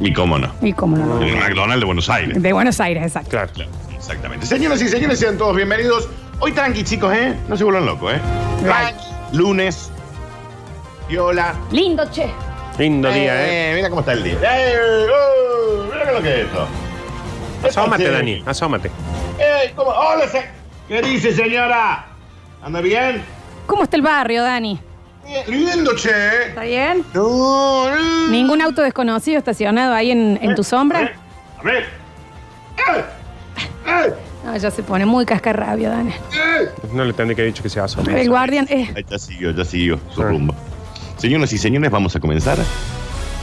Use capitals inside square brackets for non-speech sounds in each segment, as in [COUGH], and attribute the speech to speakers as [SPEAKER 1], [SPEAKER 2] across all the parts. [SPEAKER 1] Y cómo no.
[SPEAKER 2] Y cómo no.
[SPEAKER 1] En el McDonald's de Buenos Aires.
[SPEAKER 2] De Buenos Aires, exacto.
[SPEAKER 3] Claro.
[SPEAKER 1] Claro, exactamente. Se-
[SPEAKER 4] Señoras y señores, sean todos bienvenidos. Hoy tranqui, chicos, ¿eh?
[SPEAKER 1] No se vuelvan locos, ¿eh?
[SPEAKER 4] Tranqui. Lunes. Viola.
[SPEAKER 2] Lindo, che.
[SPEAKER 3] Lindo día, ¿eh?
[SPEAKER 1] Mira cómo está el día.
[SPEAKER 4] ¡Eh! oh, mira lo que es esto.
[SPEAKER 2] [LAUGHS]
[SPEAKER 3] Asómate,
[SPEAKER 4] Esto sí.
[SPEAKER 3] Dani, asómate.
[SPEAKER 4] ¡Eh! ¿Cómo? ¡Hola! se- ¿Qué dice, señora? ¿Anda bien?
[SPEAKER 2] ¿Cómo está el barrio, Dani?
[SPEAKER 4] Bien, Lindo,
[SPEAKER 1] ¿eh?
[SPEAKER 4] che.
[SPEAKER 2] ¿Está bien?
[SPEAKER 4] No, no.
[SPEAKER 2] ¿Ningún auto desconocido estacionado ahí en, en tu sombra?
[SPEAKER 4] A ver. ¡Eh! ¡Eh!
[SPEAKER 2] No, Ah, ya se pone muy cascarrabio, Dani.
[SPEAKER 4] ¡Eh!
[SPEAKER 3] No le tendré que haber dicho que se asome.
[SPEAKER 2] El guardián, eh,
[SPEAKER 1] Ahí ya siguió, ya siguió su
[SPEAKER 3] Ah.
[SPEAKER 1] rumbo. Señoras y señores, vamos a comenzar de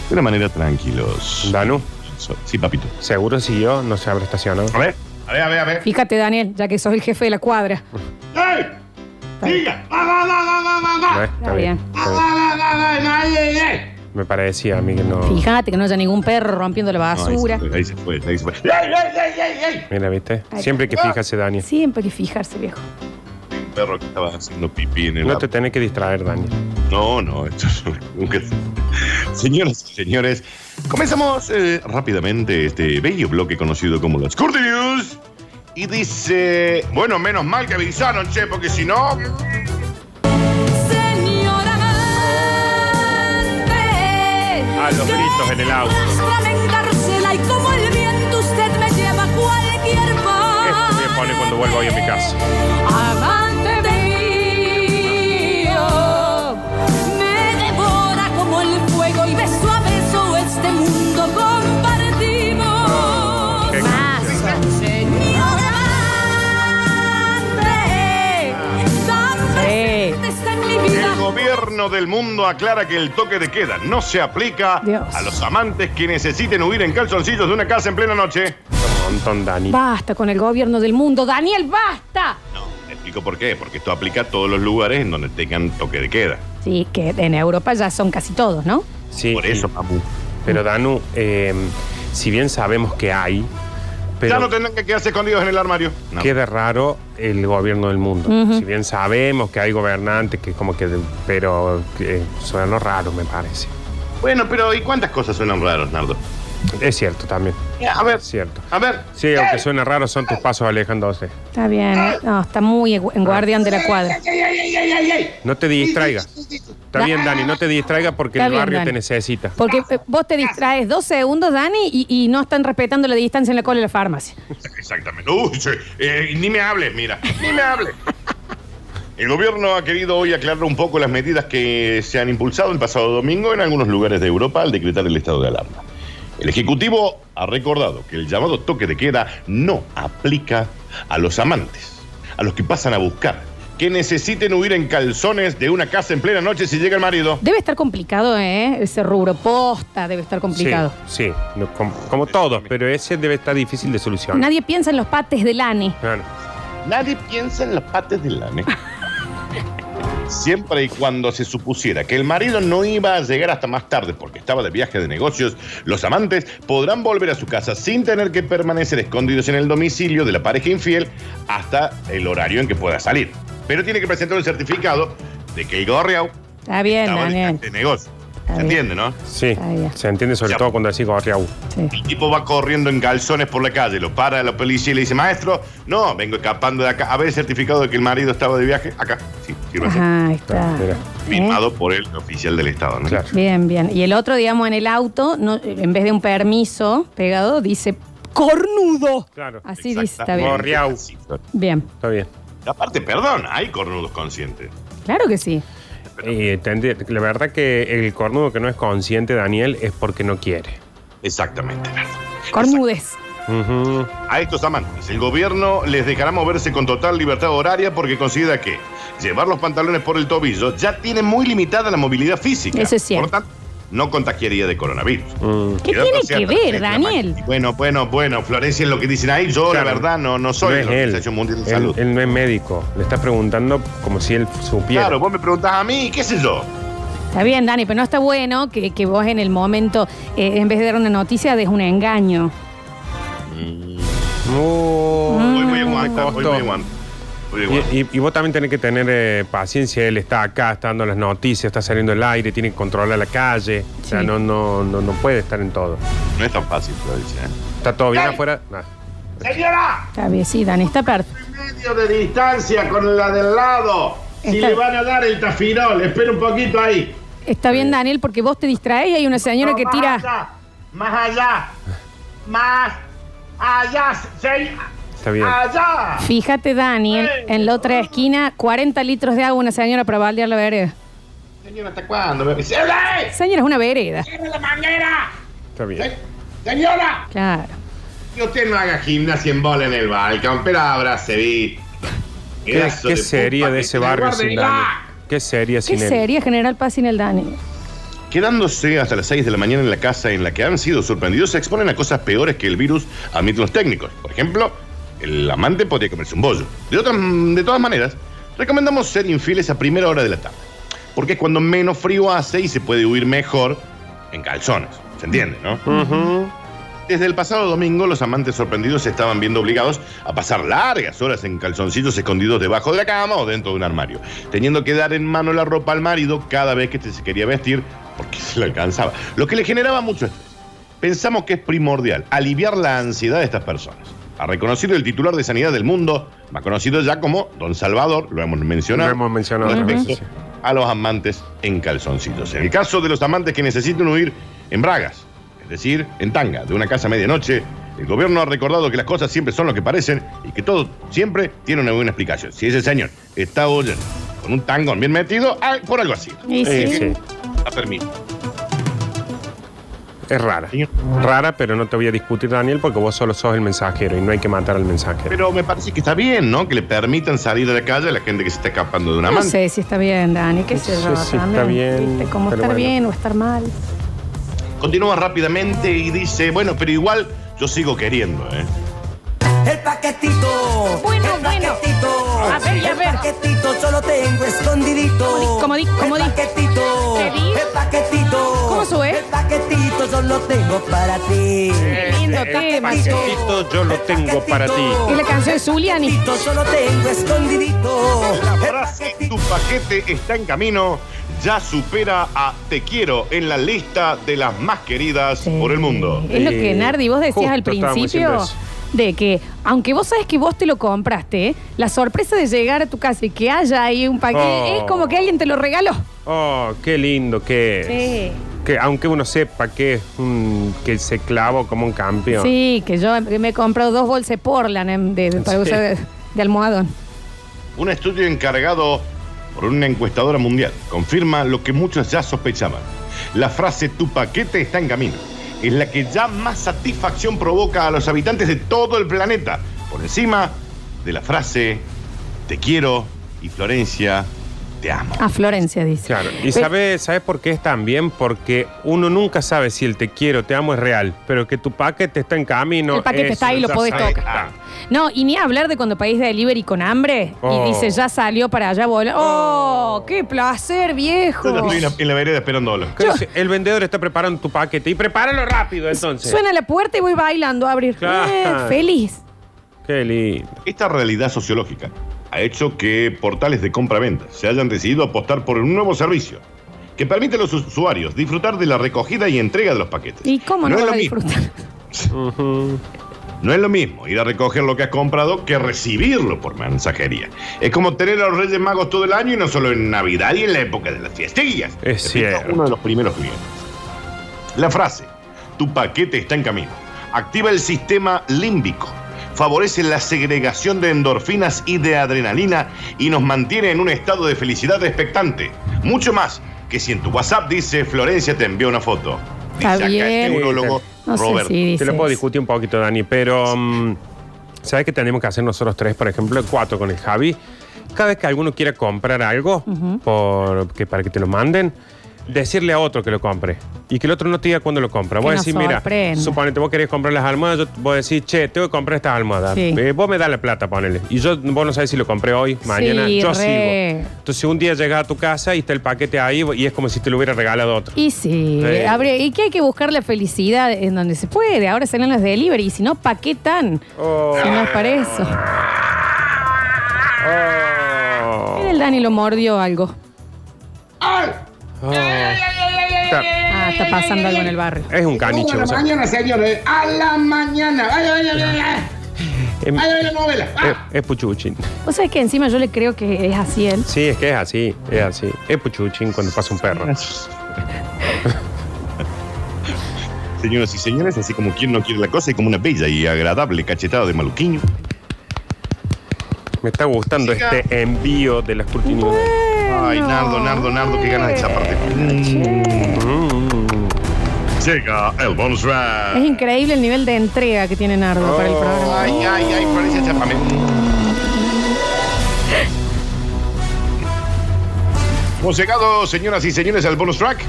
[SPEAKER 1] una manera tranquilos.
[SPEAKER 3] Danu,
[SPEAKER 1] So- Sí, papito.
[SPEAKER 3] seguro si yo no se habrá estacionado.
[SPEAKER 2] Ah,
[SPEAKER 4] A ver, a ver, a ver, a ver.
[SPEAKER 2] fíjate, Daniel, ya que sos el jefe de la cuadra.
[SPEAKER 4] ¡Eh! ¡Diga! ¡Va, va, va, va, va, va,
[SPEAKER 3] No,
[SPEAKER 4] va!
[SPEAKER 3] eh,
[SPEAKER 2] Está
[SPEAKER 3] está bien.
[SPEAKER 2] bien.
[SPEAKER 3] está
[SPEAKER 4] ¡Va, va,
[SPEAKER 3] bien.
[SPEAKER 4] va, va, va! ¡Eh, eh!
[SPEAKER 3] Me parecía a mí que no.
[SPEAKER 2] Fíjate que no haya ningún perro rompiendo la
[SPEAKER 1] No, ahí se
[SPEAKER 2] basura.
[SPEAKER 1] fue, ahí se fue, ahí se fue.
[SPEAKER 4] ¡Ey, ey, ey, ey, ey!
[SPEAKER 3] Mira, ¿viste?
[SPEAKER 2] Ahí
[SPEAKER 3] Siempre hay que fijarse, Dani.
[SPEAKER 2] Siempre hay que fijarse, viejo.
[SPEAKER 1] Hay un perro que estaba haciendo pipí en el...
[SPEAKER 3] No te tenés que distraer, Dani.
[SPEAKER 1] No, no, esto nunca. Señoras y señores, comenzamos eh, rápidamente este bello bloque conocido como las Curti News. Y dice.
[SPEAKER 4] Bueno, menos mal que avisaron, che, porque si no.
[SPEAKER 5] Señora amante,
[SPEAKER 3] A los gritos en el auto.
[SPEAKER 5] Arrástrame, encarcela y como el viento usted me lleva a cualquier
[SPEAKER 3] Esto voy a poner cuando vuelva hoy a mi casa.
[SPEAKER 5] Amante mío, me devora como el fuego y beso a beso este mundo compartimos.
[SPEAKER 3] Qué
[SPEAKER 5] Señor amante, tan presente está en mi vida.
[SPEAKER 1] El gobierno del mundo aclara que el toque de queda no se aplica
[SPEAKER 2] Dios.
[SPEAKER 1] a los amantes que necesiten huir en calzoncillos de una casa en plena noche.
[SPEAKER 3] montón, Dani.
[SPEAKER 2] Basta con el gobierno del mundo, Daniel, basta.
[SPEAKER 1] No, te explico por qué. Porque esto aplica a todos los lugares en donde tengan toque de queda.
[SPEAKER 2] Sí, que en Europa ya son casi todos, ¿no?
[SPEAKER 3] Sí,
[SPEAKER 1] Por eso,
[SPEAKER 3] y-
[SPEAKER 1] papu.
[SPEAKER 3] Pero Danu, eh, si bien sabemos que hay, pero
[SPEAKER 1] Ya no tendrán que quedarse escondidos en el armario. No.
[SPEAKER 3] queda raro el gobierno del mundo. Si bien sabemos que hay gobernantes que como que, de- pero eh, suena lo raro, me parece.
[SPEAKER 1] Bueno, pero ¿y cuántas cosas suenan raras, Nardo?
[SPEAKER 3] Es cierto también,
[SPEAKER 4] A ver,
[SPEAKER 3] es cierto.
[SPEAKER 4] a ver.
[SPEAKER 3] Sí, aunque suena raro, son tus pasos alejándose.
[SPEAKER 2] Está bien, ¿eh? no, está muy en en guardián de la cuadra.
[SPEAKER 4] ¡Ey, ey, ey, ey, ey, ey!
[SPEAKER 3] No te distraigas. Está
[SPEAKER 2] Da-
[SPEAKER 3] bien, Dani, no te distraigas porque
[SPEAKER 2] Está
[SPEAKER 3] el
[SPEAKER 2] bien,
[SPEAKER 3] barrio
[SPEAKER 2] Dani.
[SPEAKER 3] te necesita.
[SPEAKER 2] Porque eh, vos te distraes dos segundos, Dani, y, y no están respetando la distancia en la cola de la farmacia.
[SPEAKER 1] Exactamente. Uy, sí. Eh, ni me hables, mira. Ni me hables. El gobierno ha querido hoy aclarar un poco las medidas que se han impulsado el pasado domingo en algunos lugares de Europa al decretar el estado de alarma. El Ejecutivo ha recordado que el llamado toque de queda no aplica a los amantes, a los que pasan a buscar, que necesiten huir en calzones de una casa en plena noche si llega el marido.
[SPEAKER 2] Debe estar complicado, ¿eh? Ese rubro posta debe estar complicado.
[SPEAKER 3] Sí, sí, no, como, como todos, pero ese debe estar difícil de solucionar.
[SPEAKER 2] Nadie piensa en los pates de Lani.
[SPEAKER 3] Bueno,
[SPEAKER 1] Nadie piensa en las patas del lane. Siempre y cuando se supusiera que el marido no iba a llegar hasta más tarde porque estaba de viaje de negocios, los amantes podrán volver a su casa sin tener que permanecer escondidos en el domicilio de la pareja infiel hasta el horario en que pueda salir. Pero tiene que presentar un certificado de que el gorriao
[SPEAKER 2] Está bien,
[SPEAKER 1] estaba de
[SPEAKER 2] Daniel.
[SPEAKER 1] viaje de negocio.
[SPEAKER 2] bien.
[SPEAKER 1] ¿Se entiende, no?
[SPEAKER 3] Sí,
[SPEAKER 2] Está bien.
[SPEAKER 3] se entiende sobre
[SPEAKER 1] Ya.
[SPEAKER 3] todo cuando decís "Oh, gorriau.
[SPEAKER 2] Sí.
[SPEAKER 1] El tipo va corriendo en calzones por la calle, lo para la policía y le dice, maestro, no, vengo escapando de acá. A ver el certificado de que el marido estaba de viaje. Acá, sí, sí,
[SPEAKER 2] Ajá, ahí está. ¿Eh?
[SPEAKER 3] Mira,
[SPEAKER 1] Firmado por el oficial del Estado, ¿no?
[SPEAKER 3] claro.
[SPEAKER 2] Bien, bien. Y el otro, digamos, en el auto, no, en vez de un permiso pegado, dice cornudo.
[SPEAKER 3] Claro.
[SPEAKER 2] Así dice, está bien.
[SPEAKER 1] Exactamente.
[SPEAKER 3] Gorriao.
[SPEAKER 1] Sí, claro.
[SPEAKER 2] Bien.
[SPEAKER 3] Está bien.
[SPEAKER 1] Aparte, perdón, hay cornudos conscientes.
[SPEAKER 2] Claro que sí.
[SPEAKER 3] Y tendría- la verdad que el cornudo que no es consciente, Daniel, es porque no quiere.
[SPEAKER 1] Exactamente, perdón.
[SPEAKER 2] Cornudes.
[SPEAKER 3] Ujú.
[SPEAKER 1] A estos amantes, el gobierno les dejará moverse con total libertad horaria porque considera que llevar los pantalones por el tobillo ya tiene muy limitada la movilidad física.
[SPEAKER 2] Eso es cierto.
[SPEAKER 1] Por tanto, no contagiaría de coronavirus.
[SPEAKER 3] Mm.
[SPEAKER 2] ¿Qué
[SPEAKER 1] Quedó
[SPEAKER 2] tiene
[SPEAKER 1] con
[SPEAKER 2] que
[SPEAKER 1] cierta
[SPEAKER 2] ver,
[SPEAKER 1] regla,
[SPEAKER 2] Daniel?
[SPEAKER 1] Maxi. Bueno, bueno, bueno, Florencia es lo que dicen ahí. Yo,
[SPEAKER 3] Claro.
[SPEAKER 1] la verdad, no, no
[SPEAKER 3] No
[SPEAKER 1] soy de
[SPEAKER 3] es
[SPEAKER 1] la
[SPEAKER 3] él.
[SPEAKER 1] Organización Mundial de
[SPEAKER 3] él.
[SPEAKER 1] Salud.
[SPEAKER 3] él no es médico. Le estás preguntando como si él supiera.
[SPEAKER 1] Claro, vos me preguntás a mí, qué sé yo.
[SPEAKER 2] Está bien, Dani, pero no está bueno que, que vos en el momento, eh, en vez de dar una noticia, des un engaño.
[SPEAKER 3] Oh.
[SPEAKER 1] Voy muy
[SPEAKER 2] Mm.
[SPEAKER 1] aguanta, voy
[SPEAKER 3] Costo.
[SPEAKER 1] muy aguanta. Voy muy aguanta.
[SPEAKER 3] Y, y- y vos también tenés que tener eh, paciencia. Él está acá, está dando las noticias, está saliendo el aire, tiene que controlar la calle. O sea,
[SPEAKER 2] Sí.
[SPEAKER 3] no, no, no, no puede estar en todo.
[SPEAKER 1] No es tan fácil, Florencia. ¿eh?
[SPEAKER 3] ¿Está todo bien afuera? Nah.
[SPEAKER 4] ¡Señora!
[SPEAKER 2] Está bien, sí, Dani, está perfecto.
[SPEAKER 4] Un medio de distancia con la del lado. Si
[SPEAKER 2] Está-
[SPEAKER 4] le van a dar el tafirol, espera un poquito ahí.
[SPEAKER 2] Está bien, Daniel, porque vos te distraes y hay una señora
[SPEAKER 4] No,
[SPEAKER 2] que
[SPEAKER 4] más
[SPEAKER 2] tira.
[SPEAKER 4] allá, Más allá. Más allá. se-
[SPEAKER 3] Está bien.
[SPEAKER 4] Allá.
[SPEAKER 2] Fíjate, Daniel, en la otra esquina, 40 litros de agua una señora para baldear la vereda.
[SPEAKER 4] Señora, ¿hasta cuándo? me- ¡Señora!
[SPEAKER 2] Señora, es una vereda.
[SPEAKER 4] ¡Cierre la manguera!
[SPEAKER 3] Está bien.
[SPEAKER 4] Se- ¡Señora!
[SPEAKER 2] Claro.
[SPEAKER 4] Que usted no haga gimnasia en bola en el balcón, pero abrace visto.
[SPEAKER 3] ¿Qué, qué sería de ese barrio sin Dani? ¿Qué sería
[SPEAKER 2] ¿Qué
[SPEAKER 3] sin él?
[SPEAKER 2] sería General Paz sin el Dani?
[SPEAKER 1] Quedándose hasta las 6 de la mañana en la casa en la que han sido sorprendidos, se exponen a cosas peores que el virus, admiten los técnicos. Por ejemplo, el amante podría comerse un bollo. De, otras, de todas maneras, recomendamos ser infieles a primera hora de la tarde, porque es cuando menos frío hace y se puede huir mejor en calzones. ¿Se entiende, no?
[SPEAKER 3] Ujú.
[SPEAKER 1] Desde el pasado domingo, los amantes sorprendidos se estaban viendo obligados a pasar largas horas en calzoncillos escondidos debajo de la cama o dentro de un armario, teniendo que dar en mano la ropa al marido cada vez que este se quería vestir porque [LAUGHS] se le alcanzaba, lo que le generaba mucho estrés. Pensamos que es primordial aliviar la ansiedad de estas personas. Ha reconocido el titular de Sanidad del Mundo, más conocido ya como Don Salvador, lo hemos mencionado.
[SPEAKER 3] Lo hemos mencionado otras
[SPEAKER 1] respecto
[SPEAKER 3] veces, sí.
[SPEAKER 1] a los amantes en calzoncillos. En el caso de los amantes que necesiten huir en bragas, es decir, en tanga, de una casa a medianoche, el gobierno ha recordado que las cosas siempre son lo que parecen y que todo siempre tiene una buena explicación. Si ese señor está huyendo con un tangón bien metido, ah, por algo así,
[SPEAKER 2] Y
[SPEAKER 3] Eh,
[SPEAKER 2] sí.
[SPEAKER 3] sí.
[SPEAKER 1] la permite.
[SPEAKER 3] Es rara.
[SPEAKER 1] Señor.
[SPEAKER 3] Rara, pero no te voy a discutir, Daniel, porque vos solo sos el mensajero y no hay que matar al mensajero.
[SPEAKER 1] Pero me parece que está bien, ¿no? Que le permitan salir de la calle a la gente que se está escapando de una
[SPEAKER 2] No
[SPEAKER 1] amante.
[SPEAKER 2] sé si está bien, Dani, qué sé
[SPEAKER 3] No
[SPEAKER 2] yo.
[SPEAKER 3] sé si está
[SPEAKER 2] también,
[SPEAKER 3] bien,
[SPEAKER 2] ¿viste? Como
[SPEAKER 3] pero
[SPEAKER 2] estar
[SPEAKER 3] bueno.
[SPEAKER 2] bien o estar mal.
[SPEAKER 1] Continúa rápidamente y dice, bueno, pero igual yo sigo queriendo, ¿eh?
[SPEAKER 6] El paquetito.
[SPEAKER 2] Bueno,
[SPEAKER 6] el
[SPEAKER 2] bueno.
[SPEAKER 6] Paquetito,
[SPEAKER 2] A ver, y a
[SPEAKER 6] el
[SPEAKER 2] ver.
[SPEAKER 6] paquetito yo lo tengo escondidito.
[SPEAKER 2] Como di- como di-
[SPEAKER 6] El paquetito.
[SPEAKER 2] ¿Qué di?
[SPEAKER 6] El paquetito.
[SPEAKER 2] ¿Cómo sube?
[SPEAKER 6] El paquetito yo lo tengo para ti.
[SPEAKER 2] Qué lindo tema.
[SPEAKER 6] paquetito,
[SPEAKER 3] paquetito yo lo
[SPEAKER 6] el
[SPEAKER 3] tengo para ti.
[SPEAKER 6] paquetito,
[SPEAKER 2] Es la canción de Zuliani.
[SPEAKER 6] El paquetito yo lo tengo escondidito.
[SPEAKER 1] La
[SPEAKER 6] El
[SPEAKER 1] frase
[SPEAKER 6] paquetito.
[SPEAKER 1] tu paquete está en camino ya supera a te quiero en la lista de las más queridas
[SPEAKER 2] Sí.
[SPEAKER 1] por el mundo.
[SPEAKER 2] Es lo que
[SPEAKER 3] Sí.
[SPEAKER 2] Nardi vos decías
[SPEAKER 3] Justo
[SPEAKER 2] al
[SPEAKER 3] estábamos
[SPEAKER 2] principio
[SPEAKER 3] diciendo eso.
[SPEAKER 2] de que aunque vos sabes que vos te lo compraste, ¿eh? la sorpresa de llegar a tu casa y que haya ahí un paquete
[SPEAKER 3] Oh.
[SPEAKER 2] es como que alguien te lo regaló.
[SPEAKER 3] Oh, qué lindo que es.
[SPEAKER 2] Sí.
[SPEAKER 3] Que aunque uno sepa que es un- que se clavó como un campeón.
[SPEAKER 2] Sí, que yo me he comprado dos bolsas de Portland em, de, de- para
[SPEAKER 3] Sí.
[SPEAKER 2] usar de, de almohadón.
[SPEAKER 1] Un estudio encargado por una encuestadora mundial confirma lo que muchos ya sospechaban. La frase tu paquete está en camino es la que ya más satisfacción provoca a los habitantes de todo el planeta, por encima de la frase te quiero y Florencia te amo.
[SPEAKER 2] A Florencia dice.
[SPEAKER 3] Claro.
[SPEAKER 2] Pero-
[SPEAKER 3] ¿Y sabes sabe por qué es también? Porque uno nunca sabe si el te quiero, te amo es real, pero que tu paquete está en camino.
[SPEAKER 2] El paquete
[SPEAKER 3] eso
[SPEAKER 2] está ahí, lo
[SPEAKER 3] ya Ah.
[SPEAKER 2] podés
[SPEAKER 3] sabes que
[SPEAKER 1] tocar.
[SPEAKER 3] está.
[SPEAKER 2] No, y ni hablar de cuando país delivery con hambre
[SPEAKER 3] Oh.
[SPEAKER 2] y dice, ya salió para allá volar. ¡Oh, qué placer, viejo!
[SPEAKER 1] Yo ya estoy en la, en la vereda esperando dólar.
[SPEAKER 3] ¿Qué dice? El vendedor está preparando tu paquete y prepáralo rápido entonces.
[SPEAKER 2] Suena la puerta y voy bailando a abrir.
[SPEAKER 3] Claro.
[SPEAKER 2] Eh, feliz.
[SPEAKER 3] Qué lindo.
[SPEAKER 1] Esta realidad sociológica ha hecho que portales de compra-venta se hayan decidido apostar por un nuevo servicio que permite a los usuarios disfrutar de la recogida y entrega de los paquetes.
[SPEAKER 2] ¿Y cómo no,
[SPEAKER 1] es
[SPEAKER 2] va a
[SPEAKER 1] lo mismo-
[SPEAKER 2] disfrutar?
[SPEAKER 1] No es lo mismo ir a recoger lo que has comprado que recibirlo por mensajería. Es como tener a los Reyes Magos todo el año y no solo en Navidad y en la época de las fiestillas.
[SPEAKER 3] Es
[SPEAKER 1] Explica
[SPEAKER 3] cierto.
[SPEAKER 1] Uno de los primeros clientes. La frase, tu paquete está en camino, activa el sistema límbico, favorece la segregación de endorfinas y de adrenalina y nos mantiene en un estado de felicidad expectante. Mucho más que si en tu WhatsApp dice Florencia te envió una foto.
[SPEAKER 2] Está
[SPEAKER 1] Dice acá este el
[SPEAKER 2] bien.
[SPEAKER 1] neurólogo
[SPEAKER 2] No
[SPEAKER 1] Robert.
[SPEAKER 2] sé si dice
[SPEAKER 3] Te lo puedo
[SPEAKER 2] eso.
[SPEAKER 3] discutir un poquito, Dani, pero mm, ¿sabes qué tenemos que hacer nosotros tres, por ejemplo, cuatro con el Javi? Cada vez que alguno quiera comprar algo por- que- para que te lo manden, decirle a otro que lo compre y que el otro no te diga cuándo lo compra.
[SPEAKER 2] Que
[SPEAKER 3] Vos
[SPEAKER 2] nos
[SPEAKER 3] decís, mira,
[SPEAKER 2] sorprenda.
[SPEAKER 3] suponete, vos querés comprar las almohadas, yo, vos decís, che, tengo que comprar estas almohadas.
[SPEAKER 2] Sí.
[SPEAKER 3] Eh, vos me das la plata, ponele. Y yo, vos no sabés si lo compré hoy, mañana,
[SPEAKER 2] Sí,
[SPEAKER 3] yo
[SPEAKER 2] re.
[SPEAKER 3] sigo. Entonces un día llegas a tu casa y está el paquete ahí y es como si te lo hubiera regalado otro.
[SPEAKER 2] Y sí,
[SPEAKER 3] Sí.
[SPEAKER 2] abre, y que hay que buscar la felicidad en donde se puede. Ahora salen los delivery y si no, ¿pa' qué tan?
[SPEAKER 3] Oh.
[SPEAKER 2] Si no es para eso.
[SPEAKER 3] Oh.
[SPEAKER 2] Mira, El Dani lo mordió algo.
[SPEAKER 3] Oh. Está-
[SPEAKER 2] Ah, está pasando algo en el barrio.
[SPEAKER 3] Es un caniche.
[SPEAKER 7] a la
[SPEAKER 3] o sea.
[SPEAKER 7] mañana, señores. A la mañana. Ay, ay, ay, ay, ay.
[SPEAKER 3] Em-
[SPEAKER 7] Ay, ay, la novela.
[SPEAKER 3] es,
[SPEAKER 7] Ah.
[SPEAKER 3] es puchuchín.
[SPEAKER 2] ¿Vos sabés que encima yo le creo que es así él?
[SPEAKER 3] Sí, es que es así, es así. Es puchuchín cuando pasa un perro.
[SPEAKER 1] [LAUGHS] Señoras y señores, así como quien no quiere la cosa y como una bella y agradable cachetada de maluquiño.
[SPEAKER 3] Me está gustando
[SPEAKER 1] Siga.
[SPEAKER 3] este envío de las cortinas.
[SPEAKER 1] Ay, Nardo, Nardo, Nardo, qué ganas de chaparte.
[SPEAKER 3] Mm,
[SPEAKER 1] Llega el bonus
[SPEAKER 2] Es
[SPEAKER 1] round.
[SPEAKER 2] increíble el nivel de entrega que tiene Nardo para el
[SPEAKER 3] Oh.
[SPEAKER 2] programa.
[SPEAKER 1] Ay, ay, ay, parece chapame. Hemos llegado, señoras y señores, al bonus track.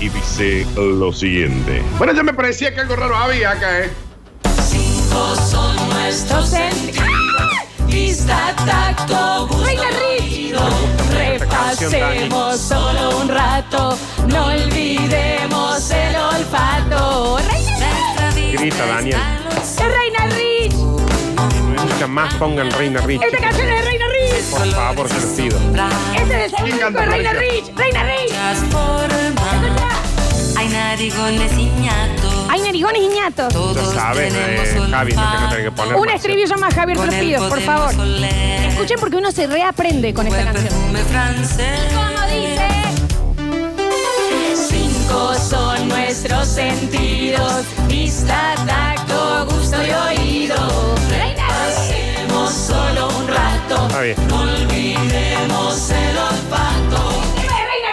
[SPEAKER 1] Y dice lo siguiente. Bueno, ya me parecía que algo raro había acá, ¿eh?
[SPEAKER 5] Vista, tacto, gusto,
[SPEAKER 2] Baila,
[SPEAKER 5] oído.
[SPEAKER 3] esta canción,
[SPEAKER 5] Repasemos solo un rato, no olvidemos el olfato. Nuestra vida
[SPEAKER 3] Grita, Daniel.
[SPEAKER 2] ¡Es Reina Rich!
[SPEAKER 3] Nunca más pongan Reina Rich.
[SPEAKER 2] ¡Esta canción es de Reina Rich!
[SPEAKER 3] Por favor, se los pido.
[SPEAKER 2] ¡Este es el segundo disco de Reina Rich! ¡Reina Rich!
[SPEAKER 5] Las formas. Hay narigones y ñatos.
[SPEAKER 2] Hay narigones y ñatos.
[SPEAKER 3] Ya
[SPEAKER 5] Todos
[SPEAKER 3] sabes,
[SPEAKER 5] tenemos
[SPEAKER 3] eh, Javi, no te- no tenés que
[SPEAKER 5] olfato.
[SPEAKER 3] poner
[SPEAKER 2] Un
[SPEAKER 3] más.
[SPEAKER 2] estribillo más, Javier, te
[SPEAKER 5] Con
[SPEAKER 2] los
[SPEAKER 5] él
[SPEAKER 2] pido, por
[SPEAKER 5] podemos
[SPEAKER 2] favor.
[SPEAKER 5] oler
[SPEAKER 2] Escuchen porque uno se reaprende con esta
[SPEAKER 5] buen
[SPEAKER 2] canción.
[SPEAKER 5] perfume francés.
[SPEAKER 2] Como dice,
[SPEAKER 5] Cinco son nuestros sentidos: vista, tacto, gusto y oído. Repasemos solo un rato.
[SPEAKER 3] Está bien.
[SPEAKER 5] No olvidemos el olfato.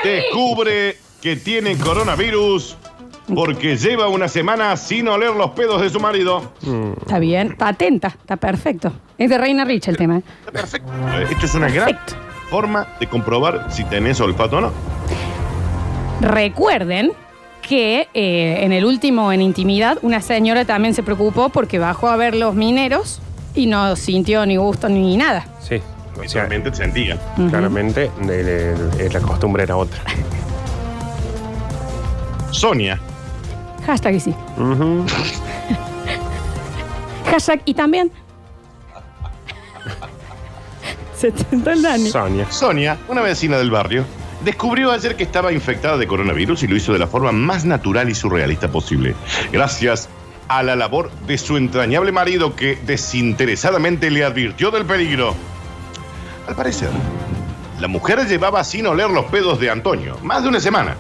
[SPEAKER 1] Descubre que tiene coronavirus porque lleva una semana sin oler los pedos de su marido.
[SPEAKER 2] está bien, está atenta, está perfecto. Es de Reina Rich el tema. ¿eh?
[SPEAKER 1] Está perfecto. Esto es una gran
[SPEAKER 2] Perfecto.
[SPEAKER 1] forma de comprobar si tenés olfato o no.
[SPEAKER 2] Recuerden que eh, en el último, en intimidad, una señora también se preocupó porque bajó a ver los mineros y no sintió ni gusto ni nada.
[SPEAKER 3] Sí. O sea,
[SPEAKER 1] Realmente te sentía.
[SPEAKER 3] claramente el- el- el- la costumbre era otra.
[SPEAKER 1] Sonia.
[SPEAKER 2] Hashtag y sí.
[SPEAKER 3] Ujú.
[SPEAKER 2] [LAUGHS] Hashtag y también. [LAUGHS] se tentó el [LAUGHS] Dani.
[SPEAKER 3] Sonia.
[SPEAKER 1] Sonia, una vecina del barrio, descubrió ayer que estaba infectada de coronavirus y lo hizo de la forma más natural y surrealista posible. Gracias a la labor de su entrañable marido que desinteresadamente le advirtió del peligro. Al parecer, la mujer llevaba sin oler los pedos de Antonio, más de una semana.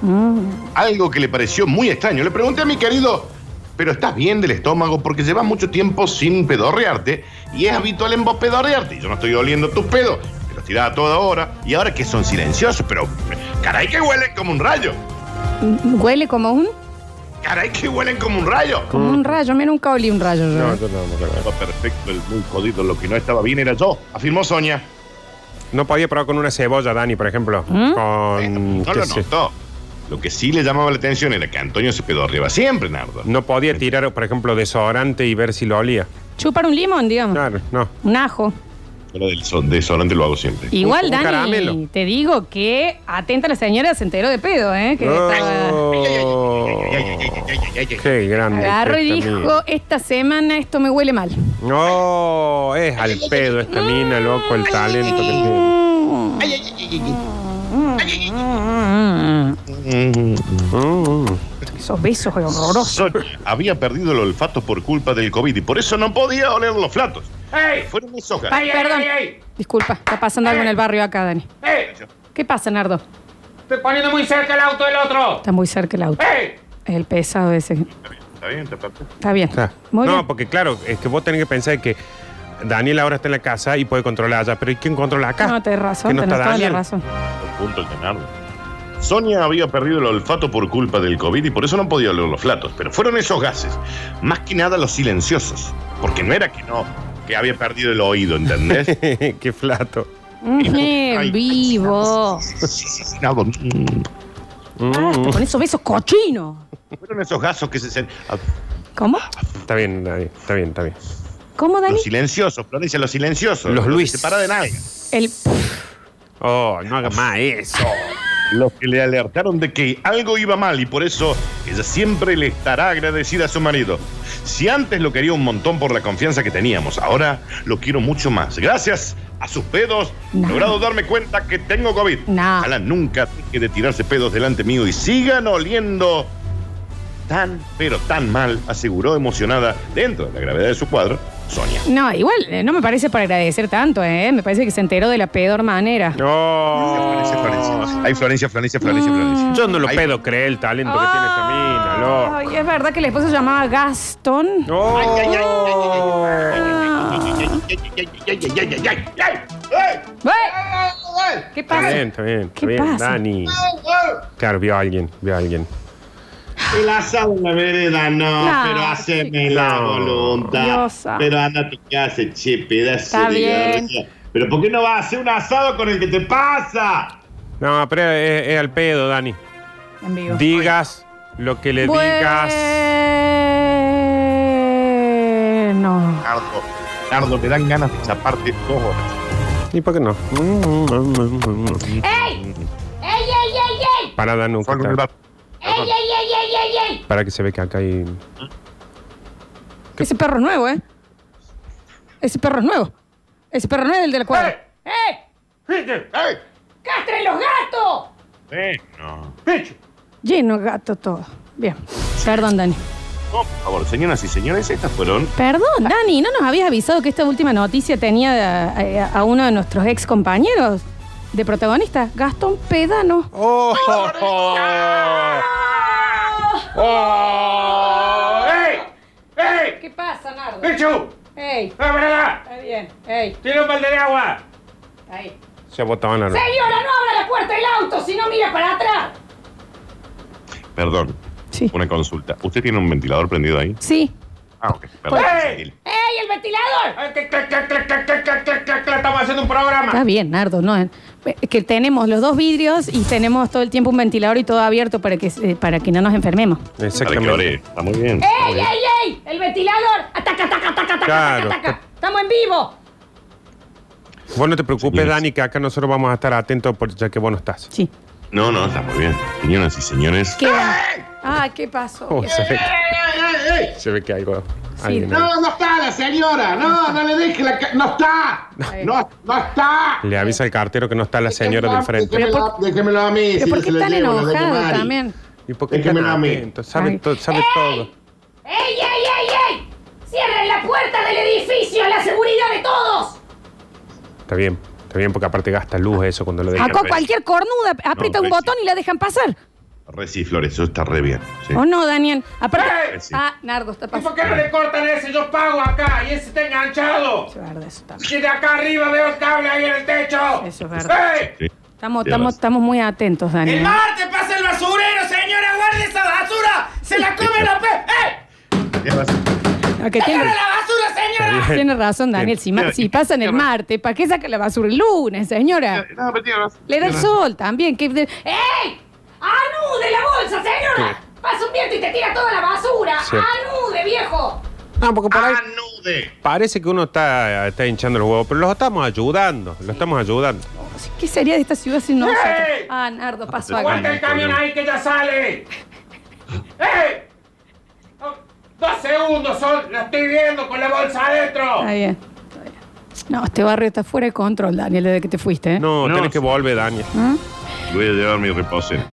[SPEAKER 1] Algo que le pareció muy extraño. Le pregunté a mi querido, ¿pero estás bien del estómago? Porque llevas mucho tiempo sin pedorrearte y es habitual en vos pedorrearte. Y Yo no estoy oliendo tus pedos, te los tirás a toda hora y ahora que son silenciosos, pero caray que huelen como un rayo.
[SPEAKER 2] Huele como un,
[SPEAKER 1] Caray que huelen como un rayo.
[SPEAKER 2] como
[SPEAKER 3] Mm.
[SPEAKER 2] un rayo. Me nunca olí un rayo. yo. ¿eh?
[SPEAKER 3] No, yo no me acuerdo.
[SPEAKER 1] Estaba perfecto, el muy jodido, lo que no estaba bien era yo, afirmó Sonia.
[SPEAKER 3] No podía probar con una cebolla, Dani, por ejemplo.
[SPEAKER 2] ¿Mm?
[SPEAKER 3] Con,
[SPEAKER 1] Eh, No
[SPEAKER 3] qué
[SPEAKER 1] lo
[SPEAKER 3] sé,
[SPEAKER 1] notó. Lo que sí le llamaba la atención era que Antonio se pedorreaba siempre, Nardo.
[SPEAKER 3] no podía tirar, por ejemplo, desodorante y ver si lo olía.
[SPEAKER 2] Chupar un limón, digamos.
[SPEAKER 3] Claro, no.
[SPEAKER 2] Un ajo.
[SPEAKER 1] Fuera del son- desodorante lo hago siempre.
[SPEAKER 2] Igual,
[SPEAKER 3] un
[SPEAKER 2] Dani,
[SPEAKER 3] caramelo.
[SPEAKER 2] te digo que atenta la señora, se enteró de pedo, ¿eh? Que estaba-
[SPEAKER 3] Oh, qué grande.
[SPEAKER 2] Agarró y
[SPEAKER 3] esta
[SPEAKER 2] dijo, esta semana esto me huele mal.
[SPEAKER 3] mina. No, es al pedo esta mina, loco, el talento que tiene. Mm, mm.
[SPEAKER 2] mm, Esos besos horrorosos.
[SPEAKER 1] Sonia había perdido el olfato por culpa del COVID y por eso no podía oler los platos. Fueron mis hojas.
[SPEAKER 7] Ah, ¡Ay,
[SPEAKER 2] Perdón.
[SPEAKER 7] ay, ay!
[SPEAKER 2] Disculpa, está pasando algo en el barrio acá, Dani.
[SPEAKER 7] ¡Ey!
[SPEAKER 2] ¿Qué pasa, Nardo?
[SPEAKER 7] Estoy poniendo muy cerca el auto del otro.
[SPEAKER 2] Está muy cerca el auto.
[SPEAKER 7] ¡Ey!
[SPEAKER 2] El pesado ese.
[SPEAKER 1] ¿Está bien? ¿Está perfecto?
[SPEAKER 2] Está bien.
[SPEAKER 3] Claro.
[SPEAKER 2] Muy
[SPEAKER 3] no,
[SPEAKER 2] bien.
[SPEAKER 3] porque claro, es que vos tenés que pensar que Daniel ahora está en la casa y puede controlar allá, pero ¿y quién controla acá?
[SPEAKER 2] No, tenés razón,
[SPEAKER 3] Que no
[SPEAKER 2] tenés
[SPEAKER 3] está
[SPEAKER 2] toda la
[SPEAKER 3] Daniel. [LAUGHS]
[SPEAKER 2] razón.
[SPEAKER 1] Un punto el de Nardo. Sonia había perdido el olfato por culpa del COVID y por eso no podía oler los platos. Pero fueron esos gases, más que nada los silenciosos. Porque no era que no, que había perdido el oído, ¿entendés?
[SPEAKER 3] [LAUGHS] qué flato.
[SPEAKER 2] Ujú, En vivo.
[SPEAKER 1] Nardo, mm.
[SPEAKER 2] Basta Con esos besos cochinos.
[SPEAKER 1] Fueron esos gases que se sen- ah,
[SPEAKER 2] ¿Cómo?
[SPEAKER 3] Está bien, Dani, está bien, está bien.
[SPEAKER 2] ¿Cómo, Dani?
[SPEAKER 1] Los silenciosos, Florencia, los silenciosos.
[SPEAKER 3] Los Luis.
[SPEAKER 1] Se para de nada.
[SPEAKER 2] El...
[SPEAKER 3] Oh, no haga más eso.
[SPEAKER 1] Los que le alertaron de que algo iba mal y por eso ella siempre le estará agradecida a su marido. Si antes lo quería un montón por la confianza que teníamos, ahora lo quiero mucho más. Gracias a sus pedos, he
[SPEAKER 2] No.
[SPEAKER 1] logrado darme cuenta que tengo COVID.
[SPEAKER 2] No.
[SPEAKER 1] Ojalá nunca deje de tirarse pedos delante mío y sigan oliendo tan, pero tan mal, aseguró emocionada dentro de la gravedad de su cuadro, Sonia.
[SPEAKER 2] No, igual, eh, no me parece para agradecer tanto, ¿eh? Me parece que se enteró de la peor manera.
[SPEAKER 1] Florencia,
[SPEAKER 3] No.
[SPEAKER 1] Florencia. Ay, Florencia, Florencia, Florencia, Florencia.
[SPEAKER 3] Yo no lo
[SPEAKER 1] Ay,
[SPEAKER 3] pedo creer el talento que tiene esta mina, loco. Oh.
[SPEAKER 2] Ay, es verdad que el esposo se llamaba Gastón.
[SPEAKER 3] No.
[SPEAKER 2] Ah. ¡Ey! ¿Qué
[SPEAKER 3] Está
[SPEAKER 2] pasa?
[SPEAKER 3] bien, está bien, está
[SPEAKER 2] ¿Qué
[SPEAKER 3] bien.
[SPEAKER 2] pasa?
[SPEAKER 3] Dani. Claro, vio a alguien, vio a alguien.
[SPEAKER 4] El asado en la vereda, no,
[SPEAKER 2] No,
[SPEAKER 4] pero haceme
[SPEAKER 2] chico.
[SPEAKER 4] la voluntad.
[SPEAKER 2] Diosa.
[SPEAKER 4] Pero andate que hace, che, pedazo
[SPEAKER 2] Está
[SPEAKER 4] de
[SPEAKER 2] bien.
[SPEAKER 4] garra. Pero ¿por qué no vas a hacer un asado con el que te pasa?
[SPEAKER 3] No, pero es, es al pedo, Dani.
[SPEAKER 2] En vivo.
[SPEAKER 3] Digas lo que le digas.
[SPEAKER 2] Bueno.
[SPEAKER 1] Nardo, Nardo, me dan ganas de chaparte dos horas.
[SPEAKER 3] ¿Y por qué no?
[SPEAKER 7] ¡Ey, ey, ey, ey!
[SPEAKER 3] Para dar
[SPEAKER 1] Fue algo en el bar.
[SPEAKER 7] ¡Ey, ey, ey, ey, ey, ey!
[SPEAKER 3] Para que se ve que acá hay.
[SPEAKER 2] Ese perro es nuevo, ¿eh? Ese perro es nuevo. Ese perro no es el del cuadro.
[SPEAKER 7] ¡Ey!
[SPEAKER 1] ¡Ey!
[SPEAKER 7] ¡Castren los gatos!
[SPEAKER 1] Eh, no.
[SPEAKER 2] Lleno de gato todo. Bien. Perdón, Dani.
[SPEAKER 1] No, por favor, señoras y señores, estas fueron.
[SPEAKER 2] Perdón, Dani, ¿no nos habías avisado que esta última noticia tenía eh, a, a- a uno de nuestros ex compañeros de protagonista? Gastón Pedano.
[SPEAKER 3] ¡Oh! oh,
[SPEAKER 7] Ah.
[SPEAKER 3] oh.
[SPEAKER 7] ¡Oh! ¡Ey! ¡Ey!
[SPEAKER 2] ¿Qué pasa, Nardo?
[SPEAKER 7] ¡Pichu!
[SPEAKER 2] ¡Ey!
[SPEAKER 7] ¡La vereda!
[SPEAKER 2] Está bien. ¡Ey!
[SPEAKER 7] ¡Tira un balde de agua!
[SPEAKER 2] Ahí.
[SPEAKER 3] Se botaban la
[SPEAKER 7] ¡Señora, no abra la puerta del auto! ¡Si no, mira para atrás!
[SPEAKER 1] Perdón,
[SPEAKER 2] Sí.
[SPEAKER 1] una consulta. ¿Usted tiene un ventilador prendido ahí?
[SPEAKER 2] Sí.
[SPEAKER 1] Ah, ok. Perdón.
[SPEAKER 2] Pues,
[SPEAKER 7] ¡Ey!
[SPEAKER 2] ¡Ey, el ventilador!
[SPEAKER 7] ¡Ay, clac, clac, clac, clac, clac, clac, clac, clac, clac! ¡Estamos haciendo un programa!
[SPEAKER 2] Está bien, Nardo, no. eh, Que tenemos los dos vidrios y tenemos todo el tiempo un ventilador y todo abierto para que, eh, para que no nos enfermemos.
[SPEAKER 1] Para que ore.
[SPEAKER 3] Exactamente.
[SPEAKER 1] Está muy bien.
[SPEAKER 2] Eh.
[SPEAKER 7] ¡Ey, ey, ey! ¡El ventilador! ¡Ataca, ataca, ataca, ataca,
[SPEAKER 3] Claro.
[SPEAKER 7] ataca, ataca! ¡Estamos en vivo!
[SPEAKER 3] Vos no te preocupes,
[SPEAKER 1] Señores.
[SPEAKER 3] Dani, que acá nosotros vamos a estar atentos por, ya que vos no estás.
[SPEAKER 2] Sí.
[SPEAKER 1] No, no, está muy bien. Señoras y señores.
[SPEAKER 2] ¿Qué Ah, ¿qué pasó?
[SPEAKER 3] Oh, [LAUGHS] se, ve,
[SPEAKER 7] ¡Ey, ey, ey!
[SPEAKER 3] se ve que algo. alguien ahí.
[SPEAKER 4] No, no está la señora. No, no le deje la. ca- No está. No, no está.
[SPEAKER 3] Le avisa al cartero que no está la señora del frente.
[SPEAKER 4] Déjemelo a- Déjemelo a mí.
[SPEAKER 2] ¿Pero
[SPEAKER 4] si
[SPEAKER 2] por
[SPEAKER 4] yo se
[SPEAKER 2] qué
[SPEAKER 4] lo
[SPEAKER 2] están
[SPEAKER 4] llevo, lo dejo
[SPEAKER 2] enojados
[SPEAKER 4] Mari.
[SPEAKER 2] también?
[SPEAKER 3] ¿Y por qué
[SPEAKER 4] Déjemelo a mí.
[SPEAKER 3] atento? Sabe,
[SPEAKER 2] Ay.
[SPEAKER 3] to- sabe todo.
[SPEAKER 7] ¡Ey, ey, ey, ey! ¡Cierren la puerta del edificio! ¡La seguridad de todos!
[SPEAKER 3] Está bien, está bien, porque aparte gasta luz eso cuando lo dejan.
[SPEAKER 2] Acá cualquier cornuda aprieta
[SPEAKER 1] No,
[SPEAKER 2] un
[SPEAKER 1] pues,
[SPEAKER 2] botón y la dejan pasar.
[SPEAKER 1] Re sí, Flores, eso está re bien. sí.
[SPEAKER 2] ¿O no, Daniel? Aparte.
[SPEAKER 1] Eh, sí.
[SPEAKER 2] Ah, Nardo, está
[SPEAKER 7] ¿Y por
[SPEAKER 2] pasando.
[SPEAKER 7] qué no le cortan ese? Yo pago acá y ese está enganchado.
[SPEAKER 2] Eso es verdad, eso también.
[SPEAKER 7] Y de acá arriba veo el cable ahí en el techo.
[SPEAKER 2] Eso es verdad.
[SPEAKER 7] ¡Ey!
[SPEAKER 1] Sí.
[SPEAKER 2] Estamos,
[SPEAKER 1] Llevas.
[SPEAKER 2] estamos, estamos muy atentos,
[SPEAKER 7] ¡El
[SPEAKER 2] Daniel.
[SPEAKER 7] martes pasa el basurero, señora! ¡Guarde esa basura! ¡Se la come la pe... ¡Ey!
[SPEAKER 1] Llevas-
[SPEAKER 2] Ah, que tiene-
[SPEAKER 7] ¡Agarra la basura, señora!
[SPEAKER 3] Está bien.
[SPEAKER 2] Tiene razón, Daniel. Si, ma- si pasan el martes, ¿para qué saca la basura el lunes, señora?
[SPEAKER 1] No, pero tiene razón.
[SPEAKER 2] Ah. Le da el sol también. que- de-
[SPEAKER 7] ¡Ey! ¡Anude la bolsa, señora! Pasa un viento y te tira toda la basura.
[SPEAKER 3] Cierto.
[SPEAKER 7] ¡Anude, viejo!
[SPEAKER 3] No, porque por ahí
[SPEAKER 1] Anude.
[SPEAKER 3] Ah, parece que uno está, está hinchando los huevos, pero los estamos ayudando, los estamos ayudando.
[SPEAKER 2] ¿Qué sería de esta ciudad sin nosotros?
[SPEAKER 4] ¡Ey!
[SPEAKER 2] Ah, Nardo, pasó
[SPEAKER 4] ¡Aguanta
[SPEAKER 2] acá.
[SPEAKER 4] el camión ahí que ya sale! ¡Eh!
[SPEAKER 7] Oh,
[SPEAKER 4] ¡Dos segundos son! ¡La estoy viendo con la bolsa adentro!
[SPEAKER 2] Está bien. está bien. No, este barrio está fuera de control, Daniel, desde que te fuiste. ¿eh?
[SPEAKER 3] No,
[SPEAKER 4] No,
[SPEAKER 3] tenés que
[SPEAKER 4] sí.
[SPEAKER 3] volver, Daniel.
[SPEAKER 1] Voy a llevar mi reposo.